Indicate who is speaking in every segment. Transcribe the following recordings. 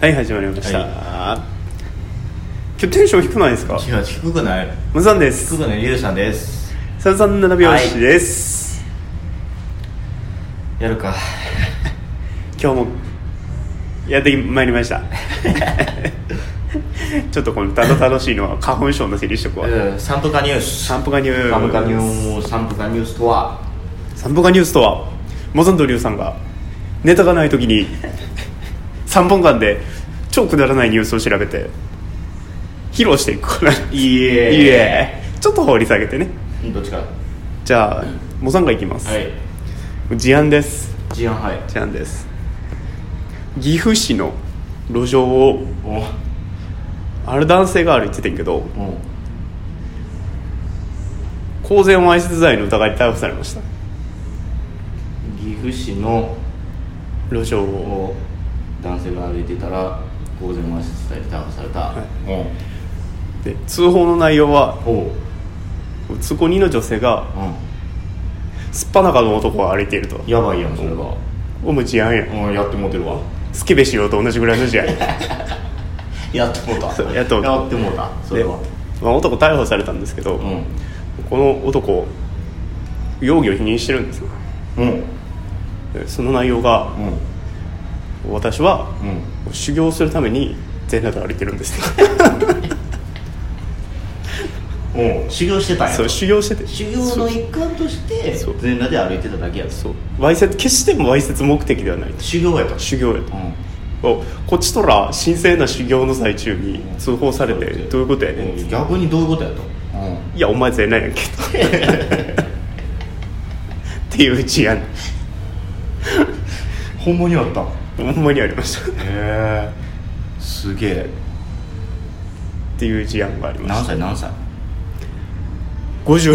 Speaker 1: はい始まりました、
Speaker 2: はい
Speaker 1: 今日テンション低くないですか
Speaker 2: 違う低くない
Speaker 1: ムザンで
Speaker 2: 低
Speaker 1: す
Speaker 2: くないリュウさんです
Speaker 1: サルさん7拍子です、
Speaker 2: やるか
Speaker 1: 今日もやってまいりま したちょっとこのただ楽しいのは花粉症のせいにしとくわ
Speaker 2: うんサンプカニュース
Speaker 1: 散歩がニュー
Speaker 2: サンプカニュースサンプカニュースとは
Speaker 1: 散歩がニュースとはモザンとリュウさんがネタがない時 に3本間で超くだらないニュースを調べて披露していくコーナーです
Speaker 2: いえ
Speaker 1: いえちょっと掘り下げてね
Speaker 2: うんどっちから
Speaker 1: じゃあモザンがいきます、
Speaker 2: はい
Speaker 1: 事案です
Speaker 2: 事案はい
Speaker 1: 事案です岐阜市の路上を
Speaker 2: お
Speaker 1: ある男性が歩いててんけど
Speaker 2: お
Speaker 1: 公然わいせつ罪の疑いで逮捕されました
Speaker 2: 岐阜市の
Speaker 1: 路上を
Speaker 2: お男性が歩いてたら公然わいせつ罪で逮捕された、
Speaker 1: い
Speaker 2: お
Speaker 1: で通報の内容は
Speaker 2: おう
Speaker 1: 通行人の女性が
Speaker 2: う
Speaker 1: すっぱなかの男が歩いていると
Speaker 2: んやばいやんそれは
Speaker 1: おむ事案や
Speaker 2: うんやってもうてるわ
Speaker 1: スケベしようと同じぐらいの 事案
Speaker 2: やってもうた
Speaker 1: そうやってもうた
Speaker 2: やってもうたそれ
Speaker 1: で
Speaker 2: は、
Speaker 1: まあ、男逮捕されたんですけど、
Speaker 2: う
Speaker 1: この男容疑を否認してるんですよ
Speaker 2: んうん
Speaker 1: でその内容が
Speaker 2: うん
Speaker 1: 私は
Speaker 2: うん
Speaker 1: 修行するために全裸で歩いてるん です
Speaker 2: うん修行してたんや
Speaker 1: そう修行してて
Speaker 2: 修行の一環として
Speaker 1: そう
Speaker 2: 全裸で歩いてただけやと
Speaker 1: そうわいせつ決してもわいせつ目的ではないと
Speaker 2: 修行やと
Speaker 1: 修行やと
Speaker 2: うん
Speaker 1: おこっちとら神聖な修行の最中に通報されてどういうことやねん
Speaker 2: うん逆にどういうことやと
Speaker 1: いやお前全裸やんけ とっていう事案
Speaker 2: ほんまにあったへ
Speaker 1: ほんまにありましたっ
Speaker 2: えすげえ
Speaker 1: ていう事案がありま
Speaker 2: 何
Speaker 1: した
Speaker 2: 歳何歳
Speaker 1: 56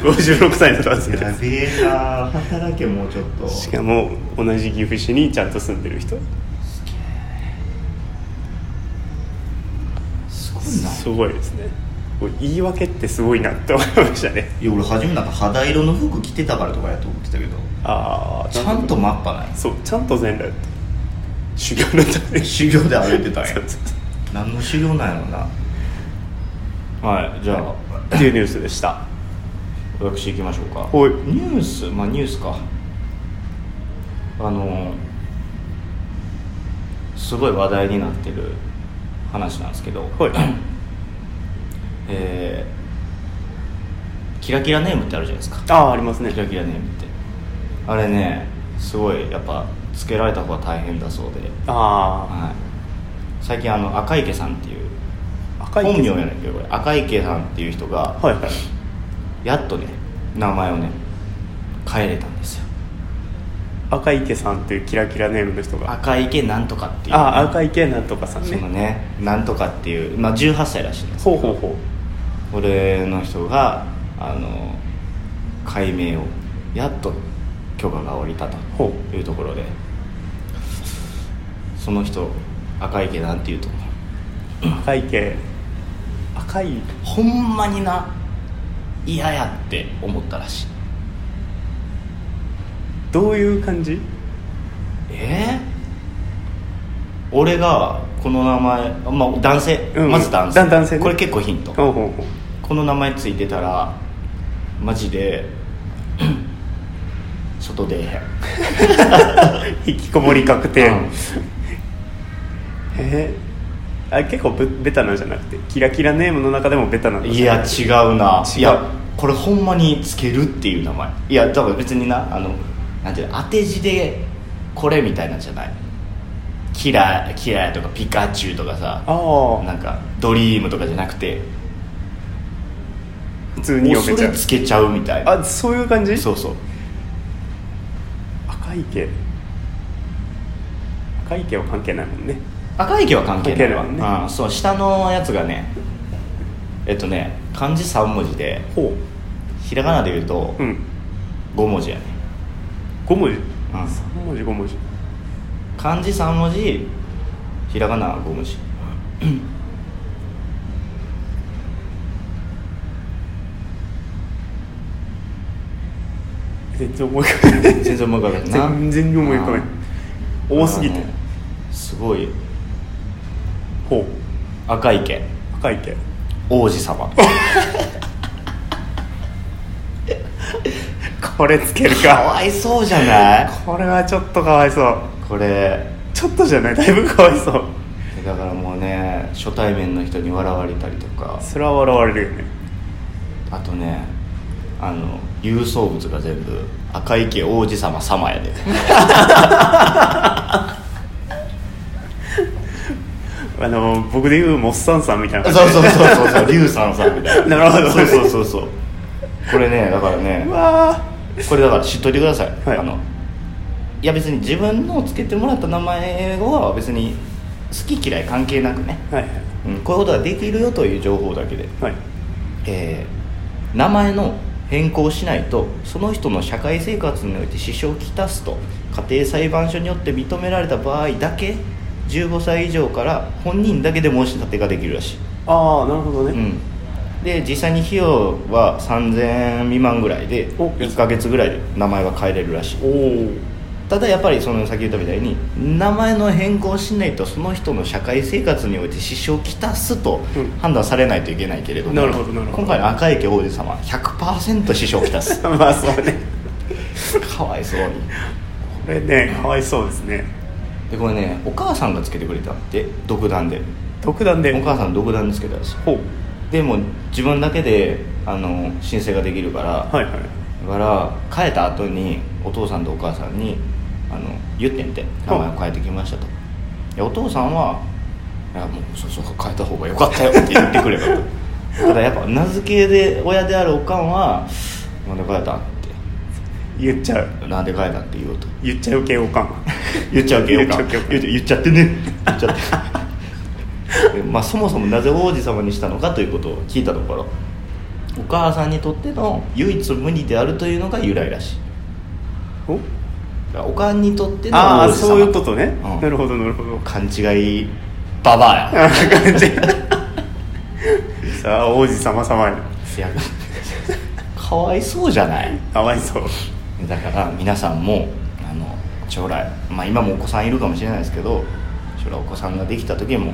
Speaker 1: 56歳の男性です
Speaker 2: べえな働けもうちょっと
Speaker 1: しかも同じ岐阜市にちゃんと住んでる人
Speaker 2: すごいな
Speaker 1: すごいですねこれ言い訳ってすごいなって思いましたね
Speaker 2: いや俺初めなんか肌色の服着てたからとかやと思ってたけど
Speaker 1: ああ
Speaker 2: ちゃんとマッパない
Speaker 1: そうちゃんと全裸やって修行のために
Speaker 2: 修行で歩いてたんや
Speaker 1: そうそうそう
Speaker 2: 何の修行なんやろなはいじゃあ
Speaker 1: っていうニュースでした
Speaker 2: 私行きましょうか
Speaker 1: はい
Speaker 2: ニュースまあニュースかあのすごい話題になってる話なんですけど、
Speaker 1: はい
Speaker 2: えーキラキラネームってあるじゃないですか
Speaker 1: ああありますね
Speaker 2: キラキラネームってあれねすごいやっぱつけられた方が大変だそうで、
Speaker 1: あ
Speaker 2: はい、最近あの赤池さんっていう
Speaker 1: あ赤
Speaker 2: 本名や
Speaker 1: は
Speaker 2: ねんけどこれ赤池さんっていう人が、
Speaker 1: いはい
Speaker 2: やっとね名前をね変えれたんですよ
Speaker 1: 赤池さんっていうキラキラネームの人が
Speaker 2: 赤池なんとかっていう
Speaker 1: ああ赤池なんとかさん
Speaker 2: そ
Speaker 1: ね
Speaker 2: のねなんとかっていう、まあ、18歳らしいんです
Speaker 1: ほうほうほ
Speaker 2: 俺の人があの改名をやっと許可が下りたと
Speaker 1: ほ
Speaker 2: いうところでその人赤池なんていうと思う
Speaker 1: う赤池赤い
Speaker 2: ほんまにな嫌やって思ったらしい
Speaker 1: どういう感じ
Speaker 2: えー、俺がこの名前、まあ、男性、
Speaker 1: うん
Speaker 2: まず男性
Speaker 1: だ男性ね
Speaker 2: これ結構ヒント
Speaker 1: ほうほうほう
Speaker 2: この名前ついてたらマジで 外出えへん
Speaker 1: 引きこもり確定、
Speaker 2: うん
Speaker 1: えーあ結構ベベタなんじゃなくてキラキラネームの中でもベタなんだ
Speaker 2: いや違うな
Speaker 1: 違う
Speaker 2: いやこれほんまにつけるっていう名前いや多分別になあのなんていうの当て字でこれみたいなんじゃないキラキラとかピカチュウとかさ
Speaker 1: ああ
Speaker 2: なんかドリームとかじゃなくて
Speaker 1: 普通に
Speaker 2: もう
Speaker 1: 読
Speaker 2: そ
Speaker 1: めち
Speaker 2: れ
Speaker 1: ゃう
Speaker 2: つけちゃうみたいな
Speaker 1: あそういう感じ
Speaker 2: そうそう
Speaker 1: 赤池赤池は関係ないもんね
Speaker 2: 赤池は関係ないわ
Speaker 1: 関係ないわ
Speaker 2: うん、そう下のやつがねえっとね漢字3文字で
Speaker 1: ほ
Speaker 2: ひらがなで言うと
Speaker 1: ううん
Speaker 2: 5文字やね、
Speaker 1: 5文字
Speaker 2: うん
Speaker 1: 3文字5文字
Speaker 2: 漢字3文字ひらがな5文字
Speaker 1: 全然思い浮かばない
Speaker 2: 全然思い浮かばないな
Speaker 1: 全然思い浮かばない多すぎて
Speaker 2: あのすごい
Speaker 1: ほ
Speaker 2: 赤池
Speaker 1: う赤池
Speaker 2: 王子様
Speaker 1: これつける
Speaker 2: か
Speaker 1: か
Speaker 2: わいそうじゃない
Speaker 1: これはちょっとかわいそう
Speaker 2: これ
Speaker 1: ちょっとじゃないだいぶかわいそう
Speaker 2: だからもうね初対面の人に笑われたりとか
Speaker 1: それは笑われるよね
Speaker 2: あとねあの郵送物が全部赤池王子様様やで
Speaker 1: あの僕で言うモッサンさんみたいな
Speaker 2: そ
Speaker 1: 感
Speaker 2: う
Speaker 1: じ
Speaker 2: そうそうそうそう龍さんさんみたいな
Speaker 1: なるほど
Speaker 2: そうそうそうそうこれねだからね
Speaker 1: うわー
Speaker 2: これだから知っといてください、
Speaker 1: はい
Speaker 2: あのいや別に自分のつけてもらった名前は別に好き嫌い関係なくね、
Speaker 1: はい
Speaker 2: うん、こういうことができるよという情報だけで、
Speaker 1: はい
Speaker 2: えー名前の変更をしないとその人の社会生活において支障をきたすと家庭裁判所によって認められた場合だけ15歳以上から本人だけで申し立てができるらしい
Speaker 1: ああなるほど
Speaker 2: う
Speaker 1: ね、
Speaker 2: ん、で実際に費用は3000円未満ぐらいで
Speaker 1: お
Speaker 2: 1ヶ月ぐらいで名前は変えれるらしい
Speaker 1: おお
Speaker 2: ただやっぱりその先言ったみたいに名前の変更をしないとその人の社会生活において支障をきたすと
Speaker 1: うん
Speaker 2: 判断されないといけないけれども、
Speaker 1: なるほどなるほど
Speaker 2: 今回の赤池王子様100%支障をき たす
Speaker 1: まあそうね
Speaker 2: かわいそうに
Speaker 1: これねかわいそうですね
Speaker 2: でこれねお母さんがつけてくれたって独断で
Speaker 1: 特段で
Speaker 2: お母さん独断でつけたらしい
Speaker 1: ほう
Speaker 2: でも自分だけであの申請ができるから、
Speaker 1: はいはい
Speaker 2: だから帰った後にお父さんとお母さんにあの言ってんて名前を変えてきましたといやお父さんはいやもうそうそう変えた方が良かったよって言ってくれば とただやっぱ名付けで親であるおかんは「なんで変えたん?」っ
Speaker 1: 言っちゃう
Speaker 2: て「なんで変えたん?」って言おうと
Speaker 1: 言っちゃう系おかん
Speaker 2: 言っちゃうけよか
Speaker 1: 言っちゃうけ
Speaker 2: 言
Speaker 1: よ
Speaker 2: っ言っちゃってね言っちゃって まあそもそもなぜ王子様にしたのかということを聞いたところお母さんにとっての唯一無二であるというのが由来らしい
Speaker 1: お
Speaker 2: だからおかんにとっての
Speaker 1: あ
Speaker 2: 王
Speaker 1: あ
Speaker 2: 子様
Speaker 1: そういうことね、
Speaker 2: うん
Speaker 1: なるほどなるほど
Speaker 2: 勘違いババアや
Speaker 1: あー感じさあ王子様様に
Speaker 2: いやかわいそうじゃない
Speaker 1: かわいそう
Speaker 2: だから皆さんもあの将来まあ今もお子さんいるかもしれないですけど将来お子さんができた時も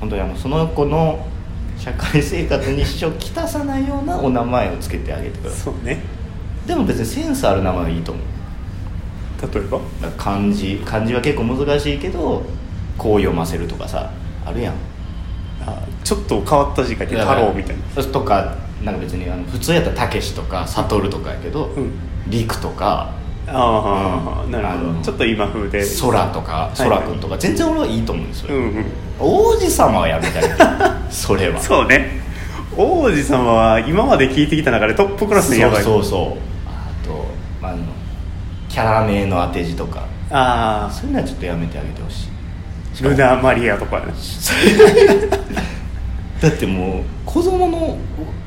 Speaker 2: 本当にあのその子の社会生活に支障をきたさないようなお名前をつけてあげてくださ
Speaker 1: そうね
Speaker 2: いでも別にセンスある名前はいいと思う
Speaker 1: 例えば
Speaker 2: だから漢字漢字は結構難しいけどこう読ませるとかさあるやん
Speaker 1: あーちょっと変わった字書いて太郎みたいな
Speaker 2: なとかなんか別にあの普通やったらたけしとか悟とかやけど、
Speaker 1: うん
Speaker 2: りくとか
Speaker 1: ああ、
Speaker 2: うん
Speaker 1: なるほ
Speaker 2: あ
Speaker 1: ど
Speaker 2: の
Speaker 1: ちょっと今風で
Speaker 2: 空とか
Speaker 1: い
Speaker 2: 空くんとか、全然俺はいいと思うんです
Speaker 1: う
Speaker 2: よ、
Speaker 1: んうん
Speaker 2: 王子様やみたいな それは
Speaker 1: そうね王子様は今まで聞いてきた中でトップクラスでやばい
Speaker 2: そうそうそうあとあのキャラ名の当て字とか
Speaker 1: ああ
Speaker 2: そういうのはちょっとやめてあげてほしいしか
Speaker 1: ル
Speaker 2: も
Speaker 1: ナ・マリアとかね
Speaker 2: だってもう子供の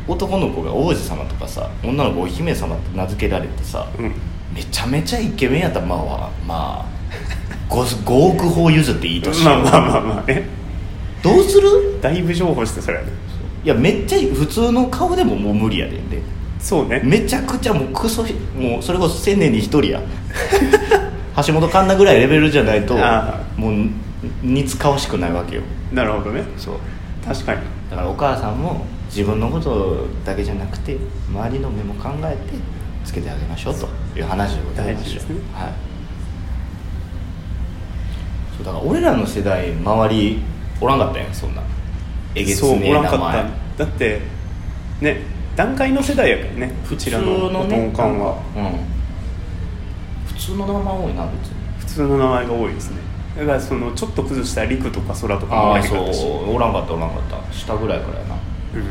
Speaker 2: 男の子が王子様とかさ女の子お姫様って名付けられてさ、
Speaker 1: うん
Speaker 2: めちゃめちゃイケメンやったらまあまあ 5, 五億歩譲っていいとし
Speaker 1: ま
Speaker 2: よ
Speaker 1: あ
Speaker 2: う
Speaker 1: まあまあまあね
Speaker 2: どうする
Speaker 1: だいぶ情報してそれはね
Speaker 2: いやめっちゃ普通の顔でももう無理やでんで
Speaker 1: そうね
Speaker 2: めちゃくちゃもうクソもうそれこそ千年に一人や 橋本環奈ぐらいレベルじゃないと
Speaker 1: ああ
Speaker 2: もう似つかわしくないわけよ
Speaker 1: なるほどね
Speaker 2: そう
Speaker 1: 確かに
Speaker 2: だからお母さんも自分のことだけじゃなくて周りの目も考えてつけてあげましょうという話でございま
Speaker 1: 大事
Speaker 2: し
Speaker 1: で
Speaker 2: ょ
Speaker 1: すね
Speaker 2: はい、そうだから俺らの世代周りおらんかったやんそんなえげつ
Speaker 1: そう
Speaker 2: ねえ
Speaker 1: おらん
Speaker 2: 名前
Speaker 1: かっただってね段階の世代やからねうちらのおとんかんは、
Speaker 2: うん、普通の名前多いな別に
Speaker 1: 普通の名前が多いですねだからそのちょっと崩した陸とか空とか
Speaker 2: あ
Speaker 1: も
Speaker 2: あ
Speaker 1: へん
Speaker 2: そ
Speaker 1: かったし
Speaker 2: うおらんかったおらんかった下ぐらいからやな
Speaker 1: うん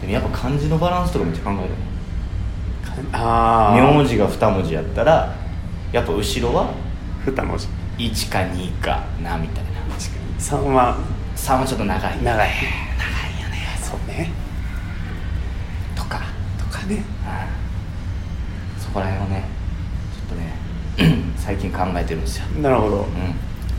Speaker 2: でもやっぱ漢字のバランスとかめっちゃ考える
Speaker 1: ああ
Speaker 2: 名字が2文字やったらやっぱ後ろは
Speaker 1: 二文字
Speaker 2: 1か2かなみたいな
Speaker 1: 3は
Speaker 2: 3はちょっと長
Speaker 1: 長
Speaker 2: い
Speaker 1: い長い
Speaker 2: よね
Speaker 1: そうね
Speaker 2: とか、
Speaker 1: とかね
Speaker 2: うんそこら辺をねちょっとね 最近考えてるんですよ、
Speaker 1: なるほど
Speaker 2: う、ん、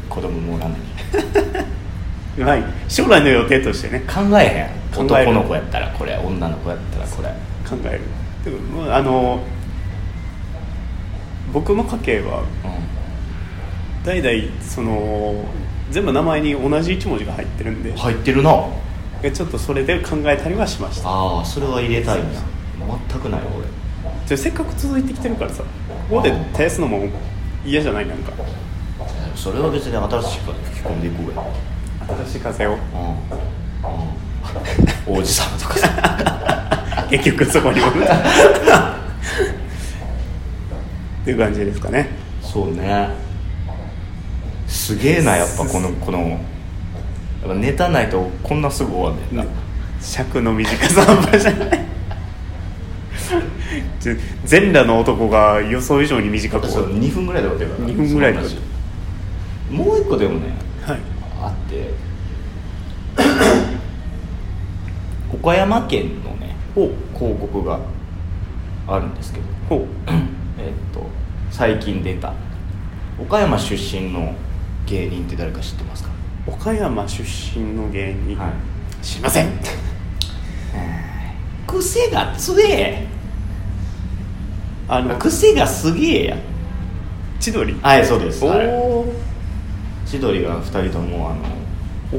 Speaker 2: 子供もおらんのに
Speaker 1: はい、将来の予定としてね
Speaker 2: 考えへん
Speaker 1: 考える
Speaker 2: 男の子やったらこれ女の子やったらこれ
Speaker 1: 考えるでもまああの僕の家系は
Speaker 2: う
Speaker 1: 代々その全部名前に同じ一文字が入ってるんで、
Speaker 2: 入ってるな
Speaker 1: ちょっとそれで考えたりはしました
Speaker 2: ああそれは入れたいな全くない俺
Speaker 1: じゃあせっかく続いてきてるからさここで絶やすのも嫌じゃないなんか
Speaker 2: それは別に新しく吹き込んでいこうや
Speaker 1: 新しい風を
Speaker 2: うん、 うん、王子様とかさ
Speaker 1: 結局そこに戻った っていう感じですかね
Speaker 2: そうねすげえなやっぱこのこのやっぱネタないとこんなすぐ終わんねんな
Speaker 1: 尺の短さ半端じゃないちょ全裸の男が予想以上に短く
Speaker 2: そう2分ぐらいで終わってるから
Speaker 1: 2分ぐらいで
Speaker 2: その話もう一個でもね
Speaker 1: はい
Speaker 2: あって 岡山県のね
Speaker 1: ほ
Speaker 2: 広告があるんですけど
Speaker 1: ほう
Speaker 2: えっと最近出た岡山出身の芸人って誰か知ってますか
Speaker 1: 岡山出身の芸人、
Speaker 2: はい
Speaker 1: 知りません
Speaker 2: 癖が強え
Speaker 1: あの
Speaker 2: 癖がすげえや
Speaker 1: 千鳥
Speaker 2: はいそうです
Speaker 1: おお、
Speaker 2: はい千鳥が2人ともあの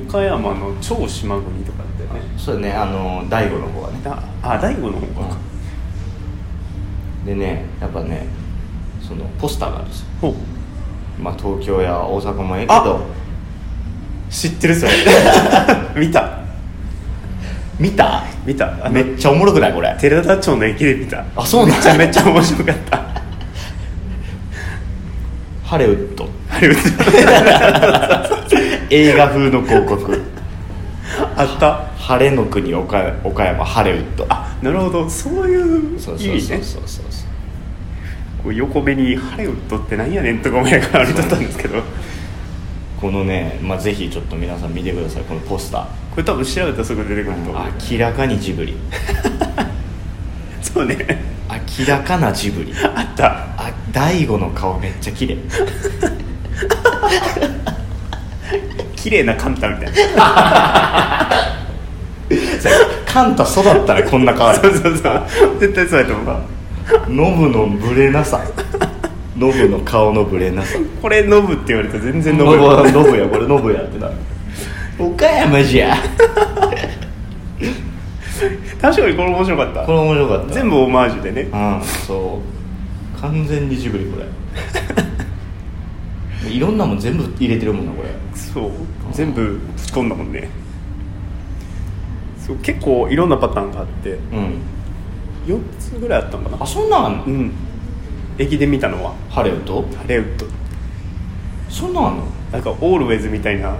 Speaker 1: 岡山の超島国とかだよね
Speaker 2: そうだねあの大悟の方はね
Speaker 1: だあ大悟の方か、
Speaker 2: でねやっぱねそのポスターがあるんですよ
Speaker 1: ほう
Speaker 2: まあ東京や大阪もええけ
Speaker 1: あ
Speaker 2: ど
Speaker 1: 知ってるそれ 見た
Speaker 2: 見た
Speaker 1: 見たあの
Speaker 2: めっちゃおもろくないこれ
Speaker 1: 寺田町の駅で見た
Speaker 2: あそうなん
Speaker 1: めちゃめちゃ面白かった
Speaker 2: ハリウッド
Speaker 1: あれ
Speaker 2: 映画風の広告
Speaker 1: あった
Speaker 2: 晴れの国岡岡山ハリウッド
Speaker 1: あなるほどそういう
Speaker 2: そう
Speaker 1: 意
Speaker 2: そう
Speaker 1: 味
Speaker 2: そ
Speaker 1: ね
Speaker 2: うそうそうそう
Speaker 1: こう横目に「ハリウッドってなんやねん」とか思いながら歩いとったんですけどこ
Speaker 2: このね、まあ、ぜひちょっと皆さん見てくださいこのポスタ
Speaker 1: れ多分調べたらすぐ出てくると思う
Speaker 2: ー明らかにジブリ
Speaker 1: そうね
Speaker 2: 明らかなジブリ
Speaker 1: あった
Speaker 2: あ大悟の顔めっちゃ綺麗
Speaker 1: 綺麗なカンタみたいな
Speaker 2: カンタ育ったらこんな 顔や
Speaker 1: そうそうそう絶対そうやと思う
Speaker 2: ノブのブレなさノブの顔のブレなさ
Speaker 1: これノブって言われたら全然ノ
Speaker 2: ノ
Speaker 1: ブ
Speaker 2: ブノブやこれノブやってなる岡山じゃ
Speaker 1: 確かにこれ面白かった
Speaker 2: これ面白かった
Speaker 1: 全部オマージュでね
Speaker 2: うんそう完全にジブリこれ いろんなもん全部入れてるもんなこれ
Speaker 1: そう全部ぶち込んだもんねそう結構いろんなパターンがあって
Speaker 2: うん
Speaker 1: 4つぐらいあったのか
Speaker 2: あ
Speaker 1: な
Speaker 2: そんなんあんの
Speaker 1: うん駅で見たのは
Speaker 2: ハレウッド
Speaker 1: ハリウッド
Speaker 2: そんなんあんの
Speaker 1: なんかオールウェイズみたいな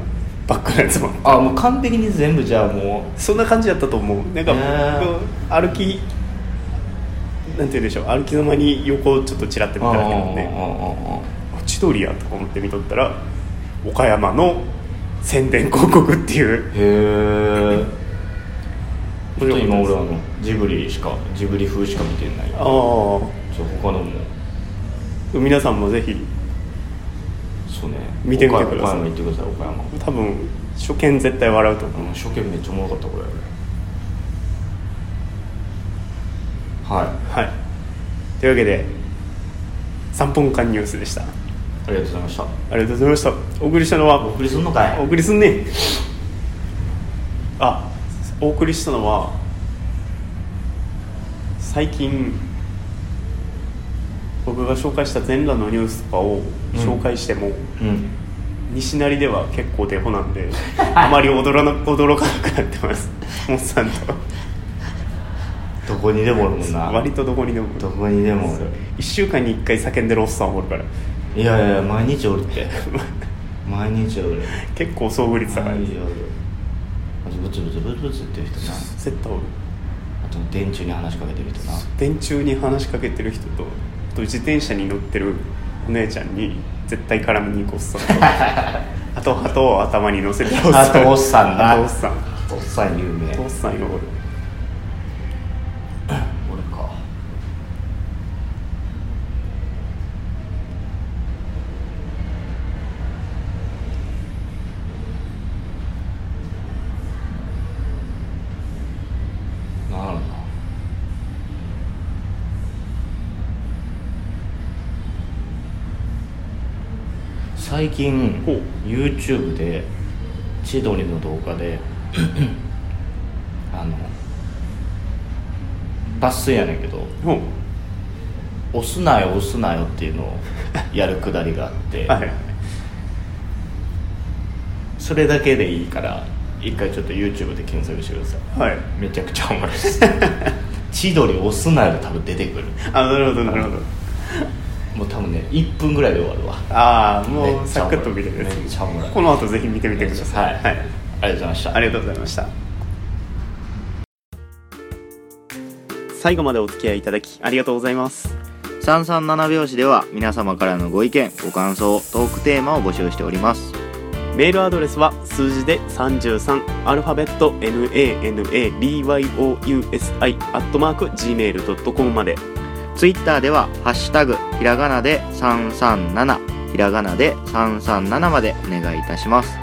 Speaker 1: バックのやつも
Speaker 2: あもう完璧に全部じゃあも
Speaker 1: そんな感じだったと思うなんか、
Speaker 2: へー
Speaker 1: こう歩きなんて言うんでしょう歩きの間に横をちょっとちらって
Speaker 2: う
Speaker 1: 見ただけなん
Speaker 2: うん
Speaker 1: で
Speaker 2: うんうんうん
Speaker 1: 千鳥やとか思って見とったら岡山の宣伝広告っていう
Speaker 2: へえ
Speaker 1: 面白かったです
Speaker 2: 今俺あのジブリしかジブリ風しか見てないち
Speaker 1: あ
Speaker 2: ょ
Speaker 1: あ
Speaker 2: 他のも
Speaker 1: 皆さんもぜひ
Speaker 2: そうね
Speaker 1: 見てみてください
Speaker 2: 岡山行ってください岡山
Speaker 1: 多分初見絶対笑うと思
Speaker 2: うん初見めっちゃおもろかったこれは
Speaker 1: うはいというわけで3分間ニュースでしたあ
Speaker 2: いありがとうございました
Speaker 1: りがとうございましたお送りしたのは
Speaker 2: お送りすんのかい
Speaker 1: お送りすんねあお送りしたのは最近僕が紹介した全裸のニュースとかを紹介しても、
Speaker 2: うん
Speaker 1: 西成では結構デフォなん であまり驚らな驚かなくなってますモッさんと
Speaker 2: どこにでもおるもんな
Speaker 1: 割とどこにでも
Speaker 2: どこにでもおる
Speaker 1: 1週間に1回叫んでるおっさんおるから
Speaker 2: いやいや毎日おるって 毎日おる
Speaker 1: 結構遭遇率高い
Speaker 2: 毎日おるあとブツブツブツブツっていう人な
Speaker 1: 絶対おる
Speaker 2: あと電柱に話しかけてる人な
Speaker 1: 電柱に話しかけてる人とあと自転車に乗ってるお姉ちゃんに絶対絡みに行くおっ さんとあと鳩を頭に乗せるおっさん
Speaker 2: あとおっさんな
Speaker 1: あとおっさんあ
Speaker 2: おっさん有名
Speaker 1: とおっさんよおる
Speaker 2: 俺かなるな最近
Speaker 1: ほう
Speaker 2: YouTube で千鳥の動画 であの抜粋やねんけど
Speaker 1: ほう
Speaker 2: 「押すなよ押すなよ」っていうのをやるくだりがあって
Speaker 1: はいはい
Speaker 2: それだけでいいから一回ちょっと YouTube で検索してください
Speaker 1: はい
Speaker 2: めちゃくちゃおもろいです 千鳥押すなよ多分出てくる
Speaker 1: あなるほどなるほど
Speaker 2: もう多分ね1分ぐらいで終わるわ
Speaker 1: ああも
Speaker 2: め
Speaker 1: う
Speaker 2: っちゃ
Speaker 1: サ
Speaker 2: おも
Speaker 1: ク
Speaker 2: ろ
Speaker 1: ッ
Speaker 2: い
Speaker 1: と見れるやつ
Speaker 2: めっちゃおもろい
Speaker 1: この後ぜひ見てみてください
Speaker 2: はい、ありがとうございました
Speaker 1: ありがとうございました最後までお付き合いいただきありがとうございます
Speaker 2: 三三七拍子では皆様からのご意見ご感想トークテーマを募集しております
Speaker 1: メールアドレスは数字で33アルファベット nanabyousi アットマーク gmail.com まで
Speaker 2: ツイッターでは「ハッシュタグひらがな」で337ひらがなで337までお願いいたします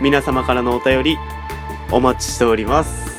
Speaker 1: 皆様からのお便りお待ちしております